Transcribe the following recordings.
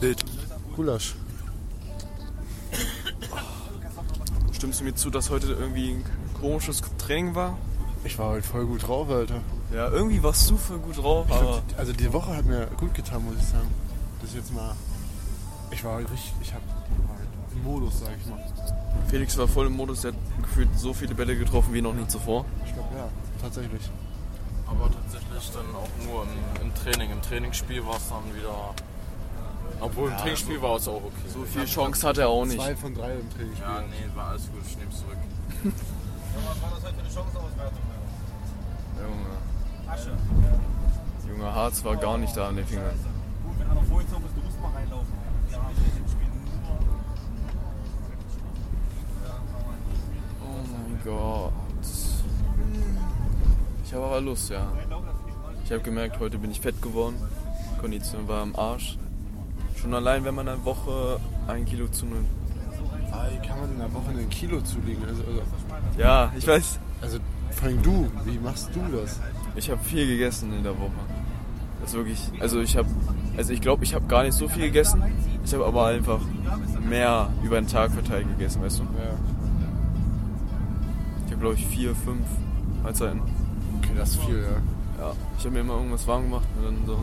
Bild. Gulasch. Stimmst du mir zu, dass heute irgendwie ein komisches Training war? Ich war heute voll gut drauf, Alter. Ja, irgendwie warst du voll gut drauf, Ich aber glaub, die- also die Woche hat mir gut getan, muss ich sagen. Das jetzt mal. Ich war heute richtig. Ich hab war heute im Modus, sag ich mal. Felix war voll im Modus, der hat gefühlt so viele Bälle getroffen wie noch nie zuvor. Ich glaube ja, tatsächlich. Aber tatsächlich dann auch nur im, im Training. Im Trainingsspiel war es dann wieder. Obwohl im Trainingsspiel war es auch okay. So viel Chance hatte er auch nicht. Zwei von drei im Training. Ja, nee, war alles gut, ich nehm's zurück. Junge. Junge Harz war gar nicht da an den Fingern. Gut, wenn einer vorgezogen ist, du musst mal reinlaufen. Ja, ich spiele nur. Oh mein Gott. Ich habe aber Lust, ja. Ich habe gemerkt, heute bin ich fett geworden. Kondition war am Arsch. Schon allein, wenn man eine Woche ein Kilo zunimmt. Ah, wie kann man in der Woche ein Kilo zulegen? Also, also, Ja, ich weiß. also vor allem du, wie machst du das? Ich habe viel gegessen in der Woche. Das ist wirklich, also ich habe, also ich glaube, ich habe gar nicht so viel gegessen. Ich habe aber einfach mehr über den Tag verteilt gegessen, weißt du? Ja. Ich habe glaube ich vier, fünf Mahlzeiten. Okay, das ist viel, ja. Ja, ich habe mir immer irgendwas warm gemacht und dann so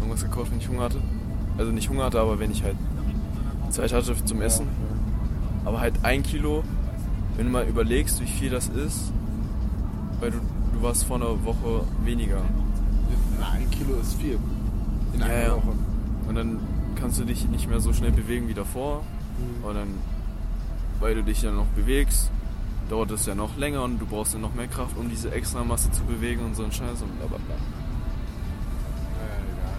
irgendwas gekocht, wenn ich Hunger hatte. Also nicht Hunger hatte, aber wenn ich halt Zeit hatte zum Essen. Aber halt ein Kilo, wenn du mal überlegst, wie viel das ist, weil du, du warst vor einer Woche weniger. Na, ein Kilo ist viel. In Ja, einer ja. Woche. Und dann kannst du dich nicht mehr so schnell bewegen wie davor. Und dann, weil du dich ja noch bewegst, dauert es ja noch länger und du brauchst ja noch mehr Kraft, um diese extra Masse zu bewegen und so ein Scheiß und bla bla bla. Äh, egal.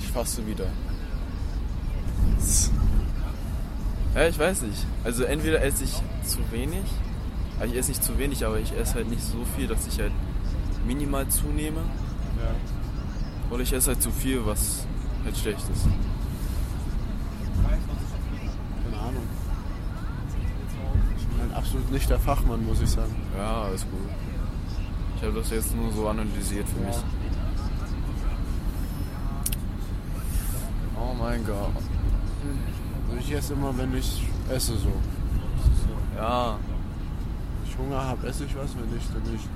Ich faste wieder. Ja, ich weiß nicht. Also entweder esse ich zu wenig, also ich esse nicht zu wenig, aber ich esse halt nicht so viel, dass ich halt minimal zunehme. Ja. Oder ich esse halt zu viel, was halt schlecht ist. Keine Ahnung. Ich bin halt absolut nicht der Fachmann, muss ich sagen. Ja, alles gut. Ich habe das jetzt nur so analysiert für mich. Oh mein Gott. Also ich esse immer, wenn ich esse so. Ja, Wenn ich Hunger habe, esse ich was, wenn nicht, dann nicht.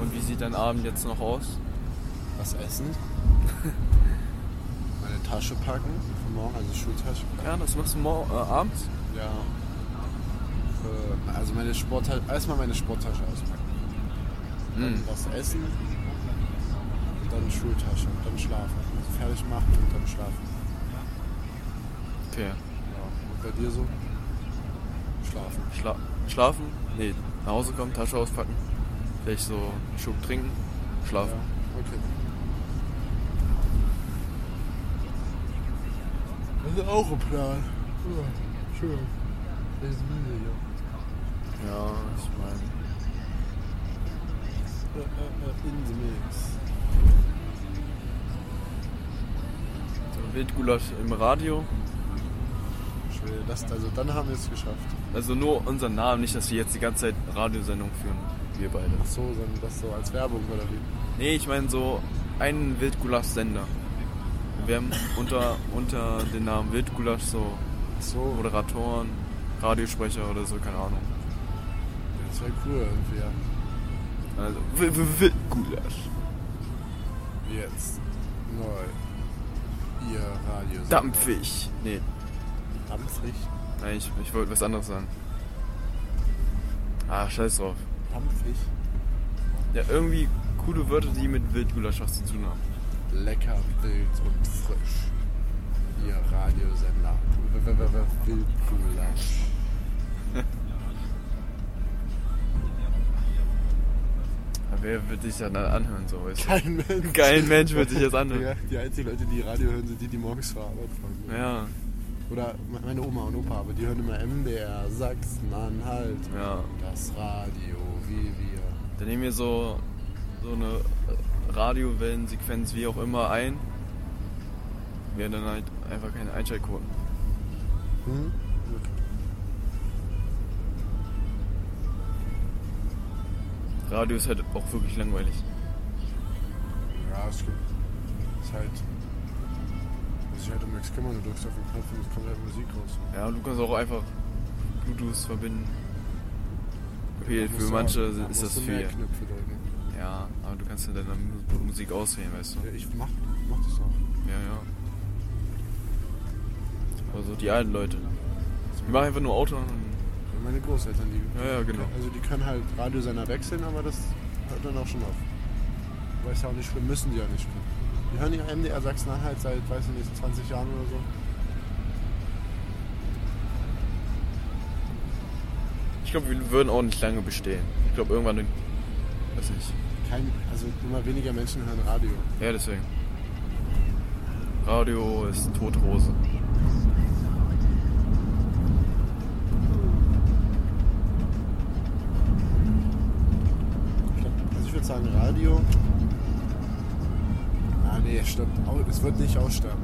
und wie sieht dein Abend jetzt noch aus? Was essen? Meine Tasche packen für morgen, also Schultasche. Ja, das machst du morgen äh, abends? Ja. Äh, Also meine Sporttasche, erstmal meine Sporttasche auspacken. Dann Mhm. was essen, dann Schultasche, dann schlafen. Also fertig machen und dann schlafen. Okay. Ja. Und bei dir so? Schlafen. Schla schlafen? Nee, nach Hause kommen, Tasche auspacken. Vielleicht so einen Schub trinken, Ja. schlafen. Okay. Das ist auch ein Plan. Ja, schön. Das ist müde hier. Ja, ich meine. Äh, äh, äh, In the mix. So Wildgulasch im Radio. Schwede, das, also dann haben wir es geschafft. Also nur unseren Namen, nicht, dass wir jetzt die ganze Zeit Radiosendung führen. Wir beide. Ach so, dann das so als Werbung oder wie? Nee, ich meine so einen Wildgulasch-Sender. Wir haben unter, unter den Namen Wildgulasch so Ach so, oder? Moderatoren, Radiosprecher oder so, keine Ahnung. Das wäre cool irgendwie, ja. Also W- W- Wildgulasch. Jetzt. Neu. Ihr Radio. Dampfig. Nee, Dampfig. nein, ich, ich wollte was anderes sagen. Ah, scheiß drauf. Dampfig. Ja, irgendwie coole Wörter, die mit Wildgulasch was zu tun haben. Lecker, wild und frisch. Ihr Radiosender. W- w- w- w- Wildgulasch. Ja, wer wird sich dann anhören, so weißt du? Kein Mensch. Kein Mensch wird sich das anhören. Ja, die einzigen Leute, die Radio hören, sind die, die morgens zur Arbeit fahren. Ja, Oder me- meine Oma und Opa, aber die hören immer MDR, Sachsen-Anhalt. ja. Das Radio, wie wir. Dann nehmen wir so, so eine äh, Radiowellensequenz, wie auch immer, ein. Wir hatten dann halt einfach keine Einschaltquoten. Hm? Radio ist halt auch wirklich langweilig. Ja, es gibt. Es ist halt. Muss sich halt um nichts kümmern. Du drückst auf den Knopf und es kommt halt Musik raus. Ja, und du kannst auch einfach Bluetooth verbinden. Da Okay, für musst du- manche da ist das musst du mehr viel. Knöpfe drücken. Ja, aber du kannst ja deine Mu- Musik auswählen, weißt du. Ja, ich mach, mach das auch. Ja, ja. Aber so die alten Leute. Die machen einfach nur Auto und Meine Großeltern, die. Ja, ja, genau. Also die können halt Radiosender wechseln, aber das hört dann auch schon auf. Weil es ja auch nicht schlimm, müssen die ja nicht schlimm. Die hören ja MDR Sachsen-Anhalt seit, weiß ich nicht, 20 Jahren oder so. ich glaube, wir würden auch nicht lange bestehen. Ich glaube, irgendwann, weiß nicht. Kein, also immer weniger Menschen hören Radio. Ja, deswegen. Radio ist Totrose. Also ich würde sagen, Radio. Ah nee, stimmt. Au- Es wird nicht aussterben.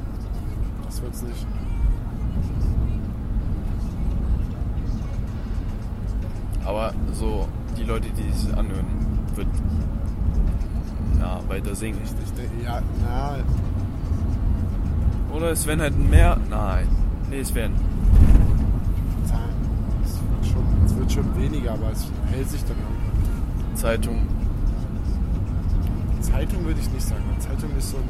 Das wird's nicht. Aber so, die Leute, die es anhören, wird na, weiter singen. Ich denke, ja, na, Oder es werden halt mehr. Nein. Nee, es werden. es wird, schon, es wird schon weniger, aber es hält sich dann irgendwann. Zeitung. Zeitung würde ich nicht sagen. Zeitung ist so ein.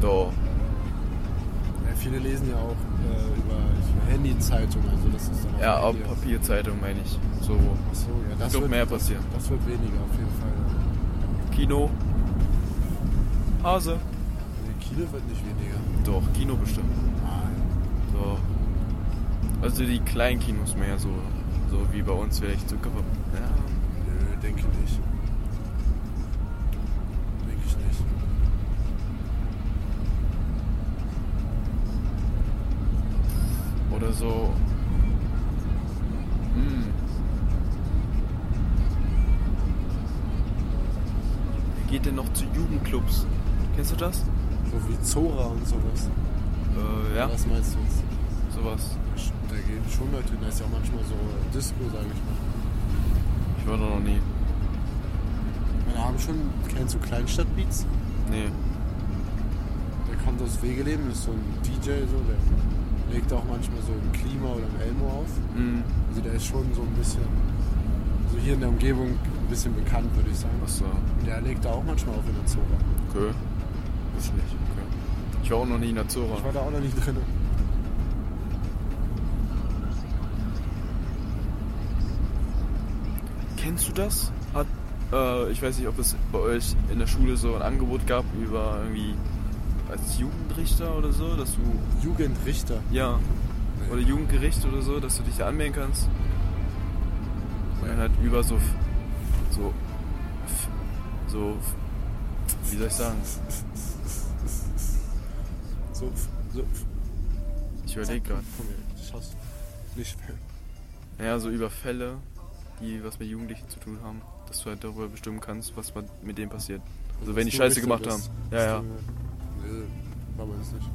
Doch. Ja, viele lesen ja auch äh, über, über Handy-Zeitung, also das ist dann auch Ja, auf Handy. Papierzeitung meine ich. So. Ach so, ja, das Wird wird mehr passieren. Das wird weniger auf jeden Fall. Kino. Hase. Nee, Kino wird nicht weniger. Doch, Kino bestimmt. Nein. Doch. Also die kleinen Kinos mehr so. So wie bei uns vielleicht so. Ja. Nö, denke nicht. Denke ich nicht. Oder so. Hm. Wer geht denn noch zu Jugendclubs? Kennst du das? So wie Zora und sowas. Äh, ja, Was meinst du jetzt? sowas. Da gehen schon Leute hin. Da ist ja auch manchmal so äh, Disco, sage ich mal. Ich war da noch nie. Wir haben schon, kennst du Kleinstadtbeats? Nee. Der kommt aus Wegeleben, ist so ein DJ, so, der legt auch manchmal so ein Klima oder ein Elmo auf. Hm. Also der ist schon so ein bisschen, so hier in der Umgebung ein bisschen bekannt, würde ich sagen. Achso, Und der legt da auch manchmal auf in der Zora. okay. Ist nicht, okay. Ich war auch noch nie in der Zora. Ich war da auch noch nicht drin. Kennst du das? Hat, äh, ich weiß nicht, ob es bei euch in der Schule so ein Angebot gab über irgendwie als Jugendrichter oder so, dass du Jugendrichter. ja oder Jugendgericht oder so, dass du dich da anmelden kannst und dann halt über so f- so f- so f- wie soll ich sagen? So, so. Ich überlege gerade. Komm her, das schaffst du. Nicht mehr. Naja, so über Fälle, die was mit Jugendlichen zu tun haben, dass du halt darüber bestimmen kannst, was man mit denen passiert. Also wenn die Scheiße gemacht haben. Ja, ja. Nee, war bei uns nicht.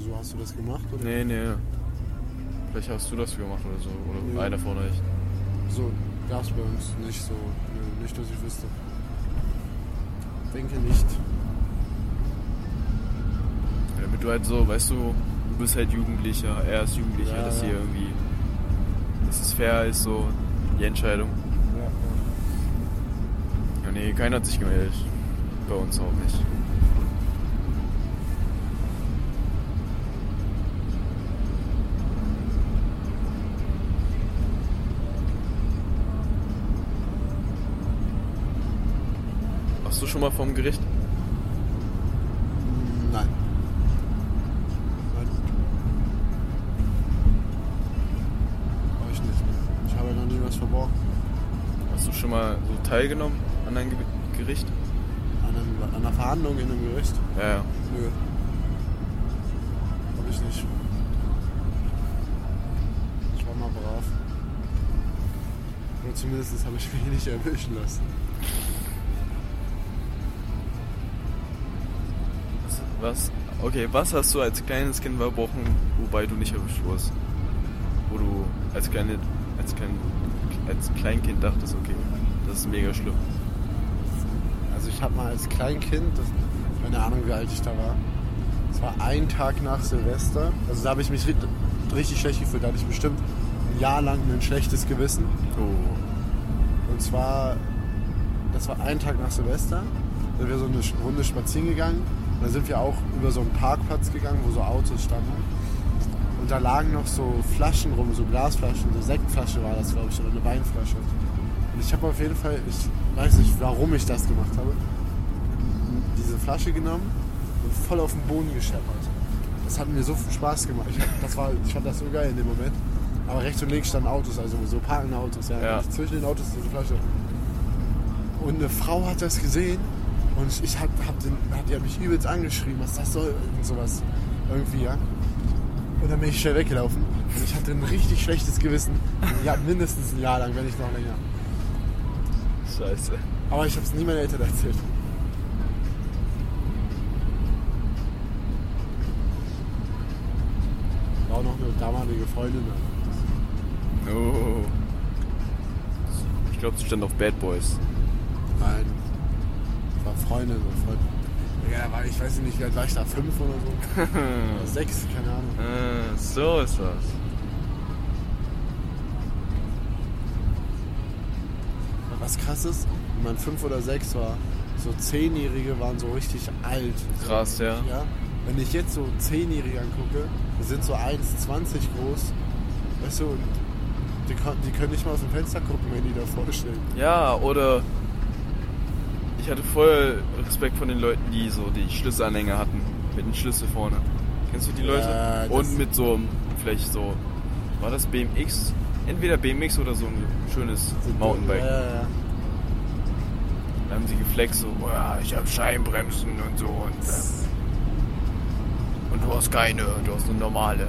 So hast du das gemacht? Oder? Nee, nee. Vielleicht hast du das gemacht oder so. Oder Nee. einer von euch. So gab's bei uns nicht so. Nö, Nicht, dass ich wüsste. Denke nicht. Ja, damit du halt so, weißt du, du bist halt Jugendlicher, er ist Jugendlicher, Ja, dass ja. hier irgendwie, dass es fair ist, so die Entscheidung. Ja. Ja, nee, keiner hat sich gemeldet. Bei uns auch nicht. Warst du schon mal vom Gericht? Nein. Nein. War ich nicht. Ich habe ja noch nie was verborgen. Hast du schon mal so teilgenommen an einem Ge Gericht? An, einem, an einer Verhandlung in einem Gericht. Ja, ja. Nö. Hab ich nicht. Ich war mal brav. Oder zumindest habe ich mich nicht erwischen lassen. Was? Okay, was hast du als kleines Kind verbrochen, wobei du nicht erwischt wurdest? Wo du als kleine, als klein, als Kleinkind dachtest, okay, das ist mega schlimm. Also ich habe mal als Kleinkind, das, keine Ahnung wie alt ich da war, es war ein Tag nach Silvester, also da habe ich mich ri- richtig schlecht gefühlt, da hatte ich bestimmt ein Jahr lang ein schlechtes Gewissen. Oh. Und zwar, das war ein Tag nach Silvester, sind wir so eine Sch- Runde spazieren gegangen. Und da sind wir auch über so einen Parkplatz gegangen, wo so Autos standen. Und da lagen noch so Flaschen rum, so Glasflaschen, so Sektflasche war das, glaube ich, oder eine Weinflasche. Und ich habe auf jeden Fall, ich weiß nicht, warum ich das gemacht habe, diese Flasche genommen und voll auf den Boden gescheppert. Das hat mir so viel Spaß gemacht. Ich, hab- das war, ich fand das so geil in dem Moment. Aber rechts und links standen Autos, also so parkende Autos. Ja. Ja. Zwischen den Autos diese Flasche. Und eine Frau hat das gesehen und ich hab, hab den, hab, die hat mich übelst angeschrieben, was das soll und sowas. Irgendwie, ja. Und dann bin ich schnell weggelaufen. Und ich hatte ein richtig schlechtes Gewissen. Ja, mindestens ein Jahr lang, wenn nicht noch länger. Scheiße. Aber ich habe es nie meinen Eltern erzählt. War auch noch eine damalige Freundin. Oh. Ich glaube, sie stand auf Bad Boys. Nein. War Freundin oder Freund. Ja, war, ich weiß nicht, wie alt war ich da? Fünf oder so? Oder Sechs, keine Ahnung. Ah, so ist das. Was krass ist, wenn man fünf oder sechs war, so Zehnjährige waren so richtig alt. Krass, ja. ja. Wenn ich jetzt so Zehnjährige angucke, die sind so 1,20 groß, weißt du, und die, kon- die können nicht mal aus dem Fenster gucken, wenn die da vorstehen. Ja, oder ich hatte voll Respekt von den Leuten, die so die Schlüsselanhänger hatten. Mit dem Schlüssel vorne. Kennst du die Leute? Ja, das- Und mit so, einem- vielleicht so, war das BMX? Entweder BMX oder so ein schönes Mountainbike. Ja, ja, ja. Da haben sie geflext, so, "Oh ja, ich hab Scheibenbremsen und so. Und, äh, und du hast keine, du hast eine normale.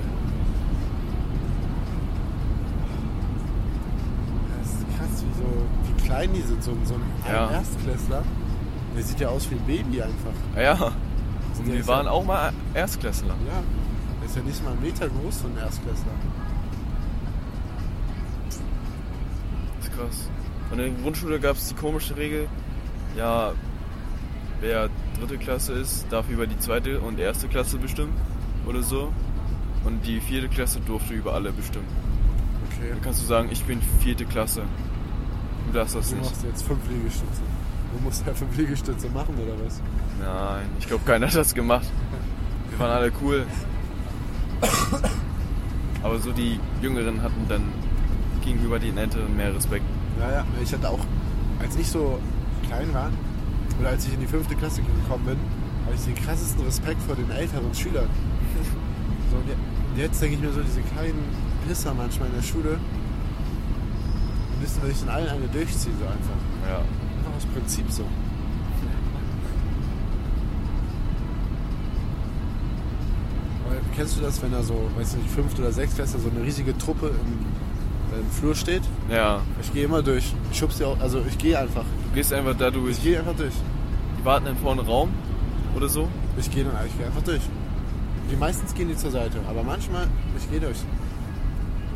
Das ist krass, wie, so, wie klein die sind, so, so ein Ja. Erstklässler. Der sieht ja aus wie ein Baby einfach. Ah ja, und Der wir ist waren ja- auch mal Erstklässler. Ja. Der ist ja nicht mal einen Meter groß, so ein Erstklässler. Das ist krass. Und in der Grundschule gab es die komische Regel, ja, wer dritte Klasse ist, darf über die zweite und erste Klasse bestimmen oder so. Und die vierte Klasse durfte über alle bestimmen. Okay. Dann kannst du sagen, ich bin vierte Klasse. Du darfst das Du nicht. machst jetzt fünf Liegestütze. Du musst ja fünf Liegestütze machen, oder was? Nein, ich glaube, keiner hat das gemacht. Wir waren alle cool. Aber so die Jüngeren hatten dann gegenüber den Älteren mehr Respekt. Ja, ja, ich hatte auch, als ich so klein war, oder als ich in die fünfte Klasse gekommen bin, hatte ich den krassesten Respekt vor den älteren Schülern. So, und je- jetzt denke ich mir so, diese kleinen Pisser manchmal in der Schule, die wissen, wenn ich den allen eine durchziehe, so einfach. Ja. Einfach aus Prinzip so. Aber Kennst du das, wenn da so, weiß nicht, fünfte oder sechstklässler so eine riesige Truppe im, im Flur steht? Ja. Ich gehe immer durch. Ich schub's dir auch, also ich gehe einfach. Du gehst einfach da durch. Ich gehe einfach durch. Die warten in vorne Raum oder so. Ich gehe dann, ich gehe einfach durch. Die meistens gehen die zur Seite, aber manchmal, ich gehe durch.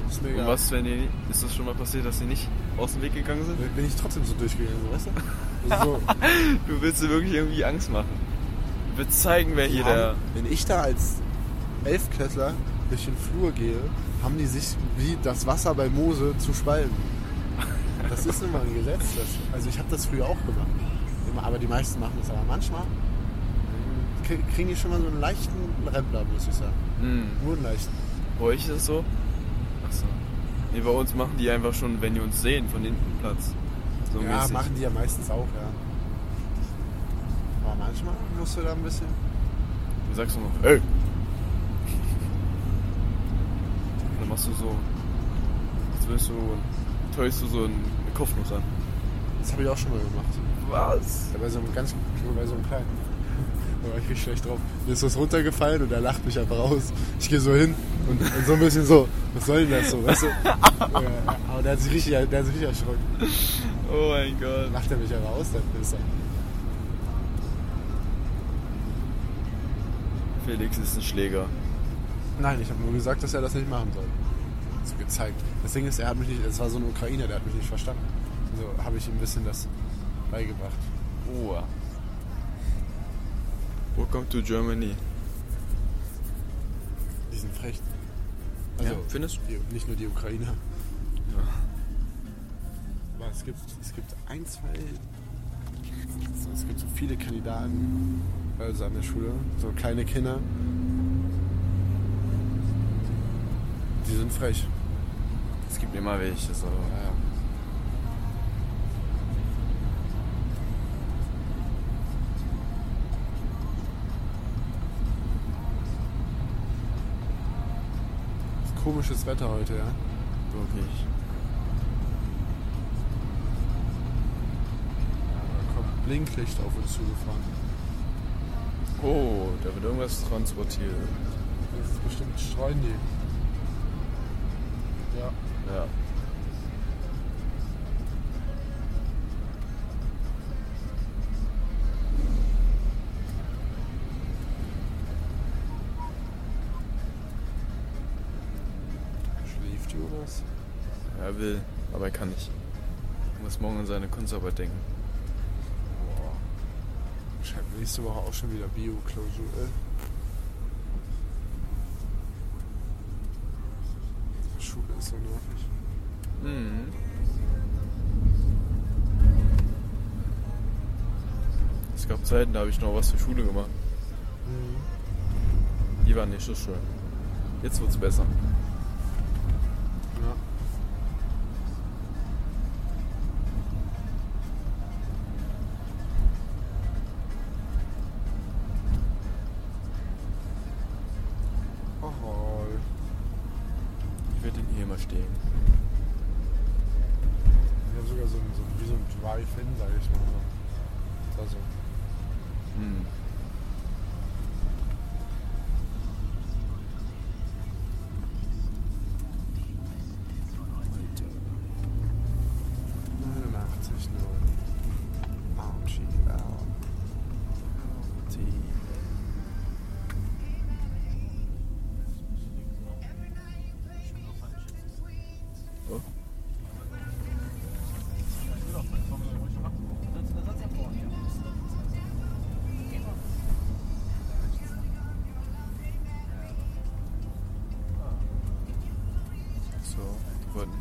Ist mir Und egal. was, wenn die, ist das schon mal passiert, dass die nicht aus dem Weg gegangen sind? Bin ich trotzdem so durchgegangen, so, weißt du? Also so, Du willst dir wirklich irgendwie Angst machen. Du willst zeigen, wer hier die der... haben, wenn ich da als Elfklässler durch den Flur gehe, haben die sich wie das Wasser bei Mose zu spalten. Das ist immer ein Gesetz. Das, also ich habe das früher auch gemacht. Immer, aber die meisten machen das. Aber manchmal mm, krie- kriegen die schon mal so einen leichten Rempler, muss ich sagen. Hm. Nur einen leichten. Bei euch ist es so? Achso. Nee, bei uns machen die einfach schon, wenn die uns sehen, von hinten Platz. So ja, mäßig. machen die ja meistens auch, ja. Aber manchmal musst du da ein bisschen. Du sagst nur noch, ey! Und dann machst du so, als willst du, täuschst du so eine Kopfnuss an. Das habe ich auch schon mal gemacht. Was? Ja, bei so einem ganz bei so einem kleinen. Da war ich richtig schlecht drauf. Mir ist was runtergefallen und er lacht mich einfach aus. Ich gehe so hin und, und so ein bisschen so, was soll denn das so, weißt du? ja, aber der hat sich richtig, der hat sich richtig erschrocken. Oh mein Gott. Dann lacht er mich aber aus, der Pisser. Felix ist ein Schläger. Nein, ich habe nur gesagt, dass er das nicht machen soll. So gezeigt. Das Ding ist, er hat mich nicht, es war so ein Ukrainer, der hat mich nicht verstanden. Also habe ich ihm ein bisschen das beigebracht. Oh. Welcome to Germany. Die sind frech. Also, Ja, findest du? die, nicht nur die Ukrainer. Aber es gibt, es gibt ein, zwei. Es gibt so viele Kandidaten, also an der Schule, so kleine Kinder. Die sind frech. Es gibt immer welche, so. Ja, ja. Komisches Wetter heute, ja. Wirklich. Da kommt Blinklicht auf uns zugefahren. Oh, da wird irgendwas transportiert. Das ist bestimmt streuen die. Ja. Ja. Schläft Jonas? Er will, aber er kann nicht. Er muss morgen an seine Kunstarbeit denken. Boah. Schreibt nächste Woche auch schon wieder Bio-Klausur. äh. Schule ist so nervig. Mhm. Es gab Zeiten, da habe ich noch was zur Schule gemacht. Die waren nicht so schön. Jetzt wird's besser. Ja. Oh, Ich werde ihn hier immer stehen. Wir haben sogar so ein, so, ein- wie so ein Drive-In, sag ich mal. So. Das war so. Also, Mhm. Oh. So, die wollten.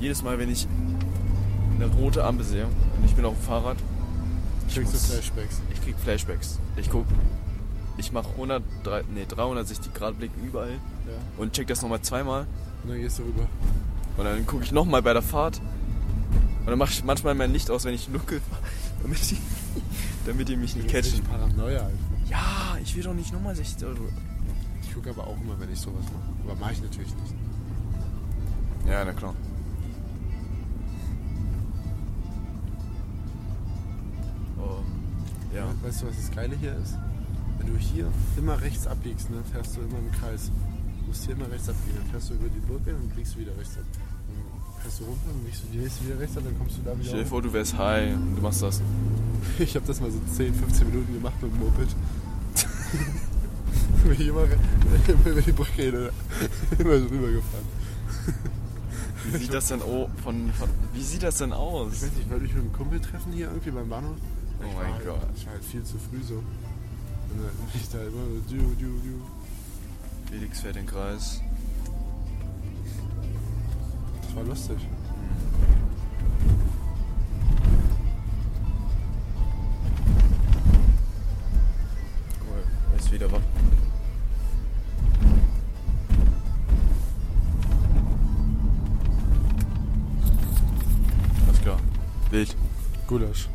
Jedes Mal, wenn ich eine rote Ampel sehe und ich bin auf dem Fahrrad, ich, Kriegst du muss- Flashbacks? ich krieg Flashbacks. Ich guck, ich mache 100, nee, 360 Grad Blick überall Ja. und check das nochmal zweimal Und dann gehst du rüber. Und dann gucke ich nochmal bei der Fahrt. Und dann mache ich manchmal mein Licht aus, wenn ich nuckel, damit die, damit die mich nicht Das ist catchen. richtig Paranoia einfach. Ja, ich will doch nicht nochmal also 60 Euro. Ich gucke aber auch immer, wenn ich sowas mache. Aber mache ich natürlich nicht. Ja, na klar. Oh, ja. Weißt du, was das Geile hier ist? Wenn du hier immer rechts abbiegst, ne, fährst du immer im Kreis. Du musst hier immer rechts abbiegen. Dann fährst du über die Brücke und biegst du wieder rechts ab. Dann fährst du runter und biegst du die nächste wieder rechts ab, dann kommst du da wieder Stell dir hoch. vor, du wärst high und du machst das. Ich habe das mal so 10, 15 Minuten gemacht mit dem Moped. Bin ich immer, re- immer über die Brücke hin, und immer so rübergefahren. Wie sieht das denn, oh, von, von, wie sieht das denn Ich aus? weiß nicht, ich wollte mich mit einem Kumpel treffen hier irgendwie beim Bahnhof. Oh Ich war mein halt, Gott. Ich war halt viel zu früh so. Und dann bin ich da immer so, du, du, du. Felix fährt den Kreis. Das war lustig. Cool. Er ist wieder wach. Alles klar. Wild. Gulasch.